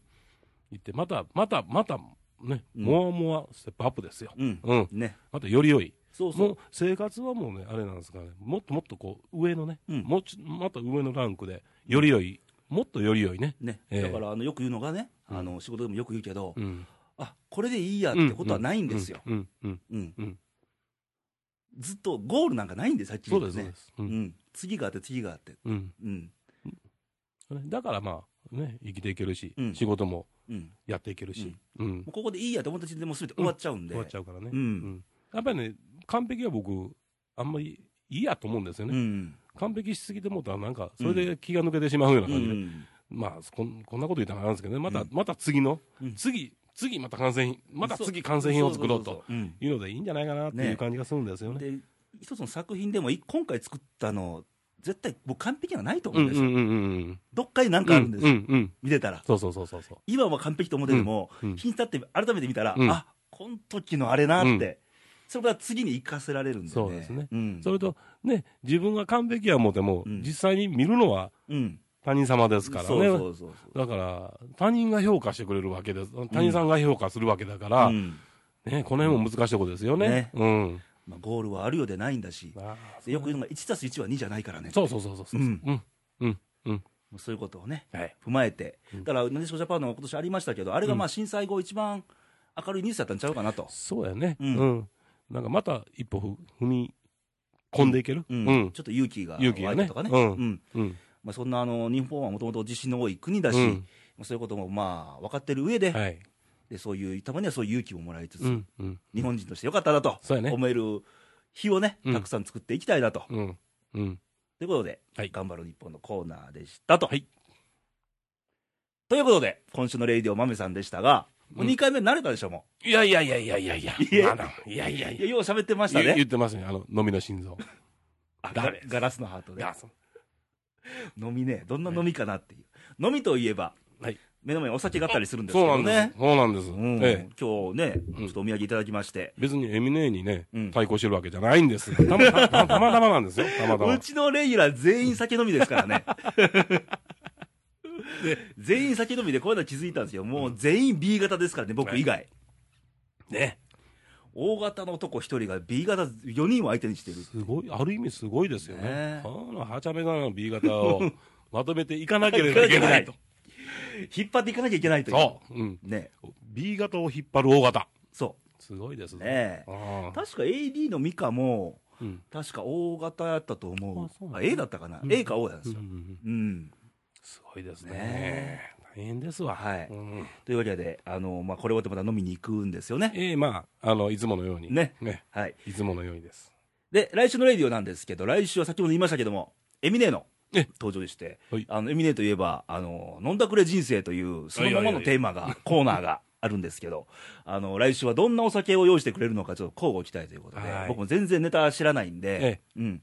[SPEAKER 2] 言って、また、また、また、ね、
[SPEAKER 1] うん
[SPEAKER 2] もわもわステップアップですよ、
[SPEAKER 1] うん
[SPEAKER 2] うん、
[SPEAKER 1] ね、
[SPEAKER 2] またより良い、
[SPEAKER 1] そうそ
[SPEAKER 2] も
[SPEAKER 1] う
[SPEAKER 2] う、生活はもうね、あれなんですかね、もっともっとこう上のね、
[SPEAKER 1] うん
[SPEAKER 2] もうちまた上のランクで、より良い、もっとより良いね、
[SPEAKER 1] ね、
[SPEAKER 2] ええ
[SPEAKER 1] だからあのよく言うのがね、
[SPEAKER 2] うん
[SPEAKER 1] あの仕事でもよく言うけど、
[SPEAKER 2] うん、
[SPEAKER 1] あこれでいいやってことはないんですよ、
[SPEAKER 2] うん、うんうん
[SPEAKER 1] うん
[SPEAKER 2] うん
[SPEAKER 1] ずっとゴールなんかないんです、さっき
[SPEAKER 2] そ
[SPEAKER 1] 言
[SPEAKER 2] うで
[SPEAKER 1] っ
[SPEAKER 2] す
[SPEAKER 1] た
[SPEAKER 2] そう
[SPEAKER 1] ね
[SPEAKER 2] で。す、う
[SPEAKER 1] うんん、次があって、次があって、
[SPEAKER 2] うん
[SPEAKER 1] うん、
[SPEAKER 2] ねだからまあ、ね、生きていけるし、
[SPEAKER 1] うん
[SPEAKER 2] 仕事も
[SPEAKER 1] うん、
[SPEAKER 2] やっていけるし、うん
[SPEAKER 1] もうここでいいやと思った時点でもうすべて終わっちゃうんで、
[SPEAKER 2] 終わっちゃうからね、
[SPEAKER 1] うん
[SPEAKER 2] やっぱりね、完璧は僕、あんまりいいやと思うんですよね、
[SPEAKER 1] うん
[SPEAKER 2] 完璧しすぎてもうたら、なんか、それで気が抜けてしまうような
[SPEAKER 1] う
[SPEAKER 2] 感じで、
[SPEAKER 1] ん
[SPEAKER 2] まあこん、こんなこと言ったらあれなんですけどね、また、
[SPEAKER 1] うん
[SPEAKER 2] また次の、
[SPEAKER 1] うん
[SPEAKER 2] 次、次また完成品、また次完成品を作ろ
[SPEAKER 1] そ
[SPEAKER 2] う
[SPEAKER 1] そ
[SPEAKER 2] と
[SPEAKER 1] そそうん
[SPEAKER 2] いうのでいいんじゃないかなってい
[SPEAKER 1] ね
[SPEAKER 2] う感じがするんですよね。
[SPEAKER 1] で一つの作品でもい今回作ったの絶対僕完璧はないと思
[SPEAKER 2] う
[SPEAKER 1] うん
[SPEAKER 2] ん
[SPEAKER 1] で
[SPEAKER 2] う
[SPEAKER 1] す
[SPEAKER 2] んう
[SPEAKER 1] よ、
[SPEAKER 2] んうん
[SPEAKER 1] どっかに何
[SPEAKER 2] う
[SPEAKER 1] かあるん
[SPEAKER 2] ん
[SPEAKER 1] です
[SPEAKER 2] う
[SPEAKER 1] よ、
[SPEAKER 2] んうん
[SPEAKER 1] 見てたら
[SPEAKER 2] そうそうそうそうそう
[SPEAKER 1] 今は完璧と思ってても、
[SPEAKER 2] うん
[SPEAKER 1] 日に立って改めて見たら、
[SPEAKER 2] うん
[SPEAKER 1] あこの時のあれなって、
[SPEAKER 2] うん
[SPEAKER 1] それが次に生かせられるんでね
[SPEAKER 2] そうですね
[SPEAKER 1] うん
[SPEAKER 2] それとね自分が完璧や思うても、
[SPEAKER 1] うん
[SPEAKER 2] 実際に見るのは
[SPEAKER 1] うん
[SPEAKER 2] 他人様ですからね。
[SPEAKER 1] そうそうそうそう
[SPEAKER 2] だから、他人が評価してくれるわけです。他人さんが評価するわけだから、
[SPEAKER 1] うん
[SPEAKER 2] ね、この辺も難しいとこですよね。
[SPEAKER 1] ね
[SPEAKER 2] うん。
[SPEAKER 1] まあ、ゴールはあるようでないんだし
[SPEAKER 2] あ
[SPEAKER 1] でよく言うのが1たす1は2じゃないからね
[SPEAKER 2] そうそうそうそうそう。
[SPEAKER 1] う
[SPEAKER 2] うんん。うん。うん。
[SPEAKER 1] もうそういうことをね
[SPEAKER 2] はい。
[SPEAKER 1] 踏まえて、
[SPEAKER 2] うん
[SPEAKER 1] だから、なでしこジャパンの今年ありましたけど、あれがまあ震災後、一番明るいニュースだったんちゃうかなと、
[SPEAKER 2] そうやね。
[SPEAKER 1] う
[SPEAKER 2] うんん。なんかまた一歩ふ踏み込んでいける。
[SPEAKER 1] う
[SPEAKER 2] うんん。うん。
[SPEAKER 1] ちょっと勇気が湧い
[SPEAKER 2] 勇気がね
[SPEAKER 1] たとかね、
[SPEAKER 2] うん
[SPEAKER 1] うんまあ、そんなあの日本はもともと地震の多い国だし、
[SPEAKER 2] うん
[SPEAKER 1] まあそういうこともまあ分かってる上で、
[SPEAKER 2] はい。
[SPEAKER 1] でそういうたまにはそういう勇気ももらいつつ、
[SPEAKER 2] うん。うん。
[SPEAKER 1] 日本人としてよかったなと
[SPEAKER 2] そうやね。
[SPEAKER 1] 思える日をね、
[SPEAKER 2] うん
[SPEAKER 1] たくさん作っていきたいなと。
[SPEAKER 2] うん。うん。
[SPEAKER 1] ということで、
[SPEAKER 2] はい
[SPEAKER 1] 頑張る日本のコーナーでしたと。
[SPEAKER 2] はい
[SPEAKER 1] ということで、今週のレイディオまめさんでしたが、もう
[SPEAKER 2] うん
[SPEAKER 1] 2回目慣れたでしょ、も
[SPEAKER 2] いやいやいやいやいやいや。
[SPEAKER 1] いや
[SPEAKER 2] あのいやいや
[SPEAKER 1] う。
[SPEAKER 2] い
[SPEAKER 1] い
[SPEAKER 2] や。
[SPEAKER 1] や、よう喋ってました
[SPEAKER 2] 言
[SPEAKER 1] ね。
[SPEAKER 2] 言ってますね。あの、飲みの心臓。
[SPEAKER 1] あ
[SPEAKER 2] ダ
[SPEAKER 1] ガ
[SPEAKER 2] メです
[SPEAKER 1] ガラスのハート
[SPEAKER 2] い
[SPEAKER 1] で。
[SPEAKER 2] やそう
[SPEAKER 1] 飲みね、どんな飲みかなっていう。飲みといえば、
[SPEAKER 2] はい
[SPEAKER 1] 目の前にお酒があったりするんですけ
[SPEAKER 2] そうな
[SPEAKER 1] ど
[SPEAKER 2] んで
[SPEAKER 1] ね
[SPEAKER 2] す。。そうなんです
[SPEAKER 1] うん。
[SPEAKER 2] ええ。
[SPEAKER 1] 今日ね、
[SPEAKER 2] ん
[SPEAKER 1] ちょっとお土産いただきまして、
[SPEAKER 2] 別にエミネーにね
[SPEAKER 1] うん、
[SPEAKER 2] 対抗してるわけじゃないんですよ。たまたまたまたまなんですよ。たまた
[SPEAKER 1] う
[SPEAKER 2] ま。
[SPEAKER 1] ちのレギュラー全員酒飲みですからね。全員先飲みでこういうの気づいたんですけど、もう全員 B 型ですからね、僕以外。
[SPEAKER 2] ね。
[SPEAKER 1] 大型の男一人が B 型4人を相手にしてる。
[SPEAKER 2] すごい、ある意味すごいですよね。
[SPEAKER 1] ね
[SPEAKER 2] あの、はちゃめがな B 型をまとめていかなければいけないと。
[SPEAKER 1] 引っ張っていかなきゃいけないという。
[SPEAKER 2] そう。うん。
[SPEAKER 1] ね。
[SPEAKER 2] B 型を引っ張る O 型。
[SPEAKER 1] そ
[SPEAKER 2] すごいです
[SPEAKER 1] う。ね
[SPEAKER 2] ああ
[SPEAKER 1] 確か AD のミカも、
[SPEAKER 2] うん
[SPEAKER 1] 確か O 型やったと思
[SPEAKER 2] あそう
[SPEAKER 1] う。
[SPEAKER 2] なん
[SPEAKER 1] あ
[SPEAKER 2] だ
[SPEAKER 1] A だったかな、
[SPEAKER 2] うん
[SPEAKER 1] ?A か O なんです
[SPEAKER 2] うんう
[SPEAKER 1] よ。
[SPEAKER 2] んうん
[SPEAKER 1] うん
[SPEAKER 2] すごいですね
[SPEAKER 1] ね
[SPEAKER 2] 大変ですわ。
[SPEAKER 1] はい
[SPEAKER 2] うん
[SPEAKER 1] というわけで、あのまあ、これ終わってまた飲みに行くんですよね。
[SPEAKER 2] ええまあ、あの、いつものように。
[SPEAKER 1] ね。
[SPEAKER 2] ね。
[SPEAKER 1] はい。
[SPEAKER 2] いつものようにです。
[SPEAKER 1] で、来週のレディオなんですけど、来週は先ほど言いましたけども、エミネの
[SPEAKER 2] え
[SPEAKER 1] 登場でして、
[SPEAKER 2] はい
[SPEAKER 1] あのエミネといえば、あの飲んだくれ人生という、そのままのテーマが、コーナーが。あるんですけどあの来週はどんなお酒を用意してくれるのかちょっと交互期待ということで、
[SPEAKER 2] はい
[SPEAKER 1] 僕も全然ネタ知らないんで、
[SPEAKER 2] え
[SPEAKER 1] うん、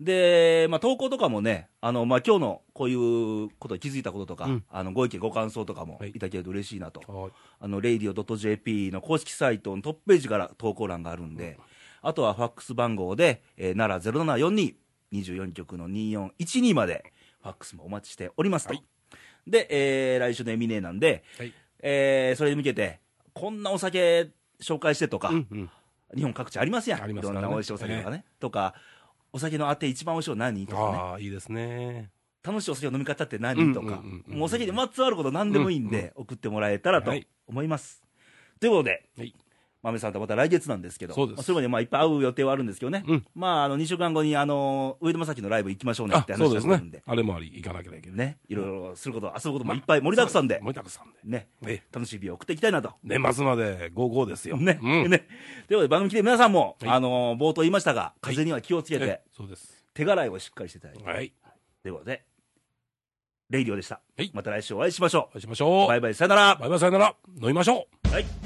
[SPEAKER 1] で、まあ、投稿とかもね、あのまあ今日のこういうこと、気づいたこととか、
[SPEAKER 2] うん
[SPEAKER 1] あのご意見、ご感想とかも
[SPEAKER 2] はい
[SPEAKER 1] いただけると嬉しいなと、
[SPEAKER 2] はい
[SPEAKER 1] あの radio.jp の公式サイトのトップページから投稿欄があるんで、あとはファックス番号で、えー、奈良0742、24局の2412まで、ファックスもお待ちしておりますと。
[SPEAKER 2] はい
[SPEAKER 1] で、えー来週のエミネーなんで、
[SPEAKER 2] はい。
[SPEAKER 1] えーそれに向けて、こんなお酒紹介してとか、
[SPEAKER 2] うんうん。
[SPEAKER 1] 日本各地ありますやん、
[SPEAKER 2] あり
[SPEAKER 1] い
[SPEAKER 2] ます
[SPEAKER 1] ろ
[SPEAKER 2] か
[SPEAKER 1] ん
[SPEAKER 2] らね
[SPEAKER 1] な美味しいお酒とかね、とか、お酒のあて一番美味しいの何とかね、
[SPEAKER 2] ああ、いいですね。
[SPEAKER 1] 楽しいお酒の飲み方って何とか
[SPEAKER 2] うんうんうん、うん
[SPEAKER 1] もうお酒にまつわること何でもいいんで、送ってもらえたらと
[SPEAKER 2] はい
[SPEAKER 1] 思います。ということで、
[SPEAKER 2] はい。
[SPEAKER 1] 豆さんとまた来月なんですけど、
[SPEAKER 2] そうです
[SPEAKER 1] まあれまでまあいっぱい会う予定はあるんですけどね、
[SPEAKER 2] うん
[SPEAKER 1] まあ、あの2週間後にあの上田正樹のライブ行きましょうねって
[SPEAKER 2] あ
[SPEAKER 1] 話
[SPEAKER 2] そう
[SPEAKER 1] を
[SPEAKER 2] で
[SPEAKER 1] し
[SPEAKER 2] す
[SPEAKER 1] てるん
[SPEAKER 2] ね
[SPEAKER 1] で。、
[SPEAKER 2] あれもあり、行かなきゃいけない。
[SPEAKER 1] ね、いろいろすること、遊ぶこともいっぱい盛りだくさんで、
[SPEAKER 2] 盛りだくさんで。
[SPEAKER 1] ね、
[SPEAKER 2] ええ
[SPEAKER 1] 楽しい日を送っていきたいなと。
[SPEAKER 2] 年末まで55ですよ。
[SPEAKER 1] ね、
[SPEAKER 2] うん。
[SPEAKER 1] ね。ということで、番組来て皆さんも、
[SPEAKER 2] はい
[SPEAKER 1] あの冒頭言いましたが、
[SPEAKER 2] はい
[SPEAKER 1] 風邪には気をつけて、
[SPEAKER 2] ええそうです。
[SPEAKER 1] 手洗いをしっかりしていただいて、
[SPEAKER 2] はい。
[SPEAKER 1] ということで、レイディオでした。
[SPEAKER 2] はい
[SPEAKER 1] また来週お会いしましょ
[SPEAKER 2] お会いしましょ
[SPEAKER 1] う。
[SPEAKER 2] う。
[SPEAKER 1] バイバイ、さよなら。
[SPEAKER 2] バイバイさよなら。飲みましょう。
[SPEAKER 1] はい。
[SPEAKER 3] 「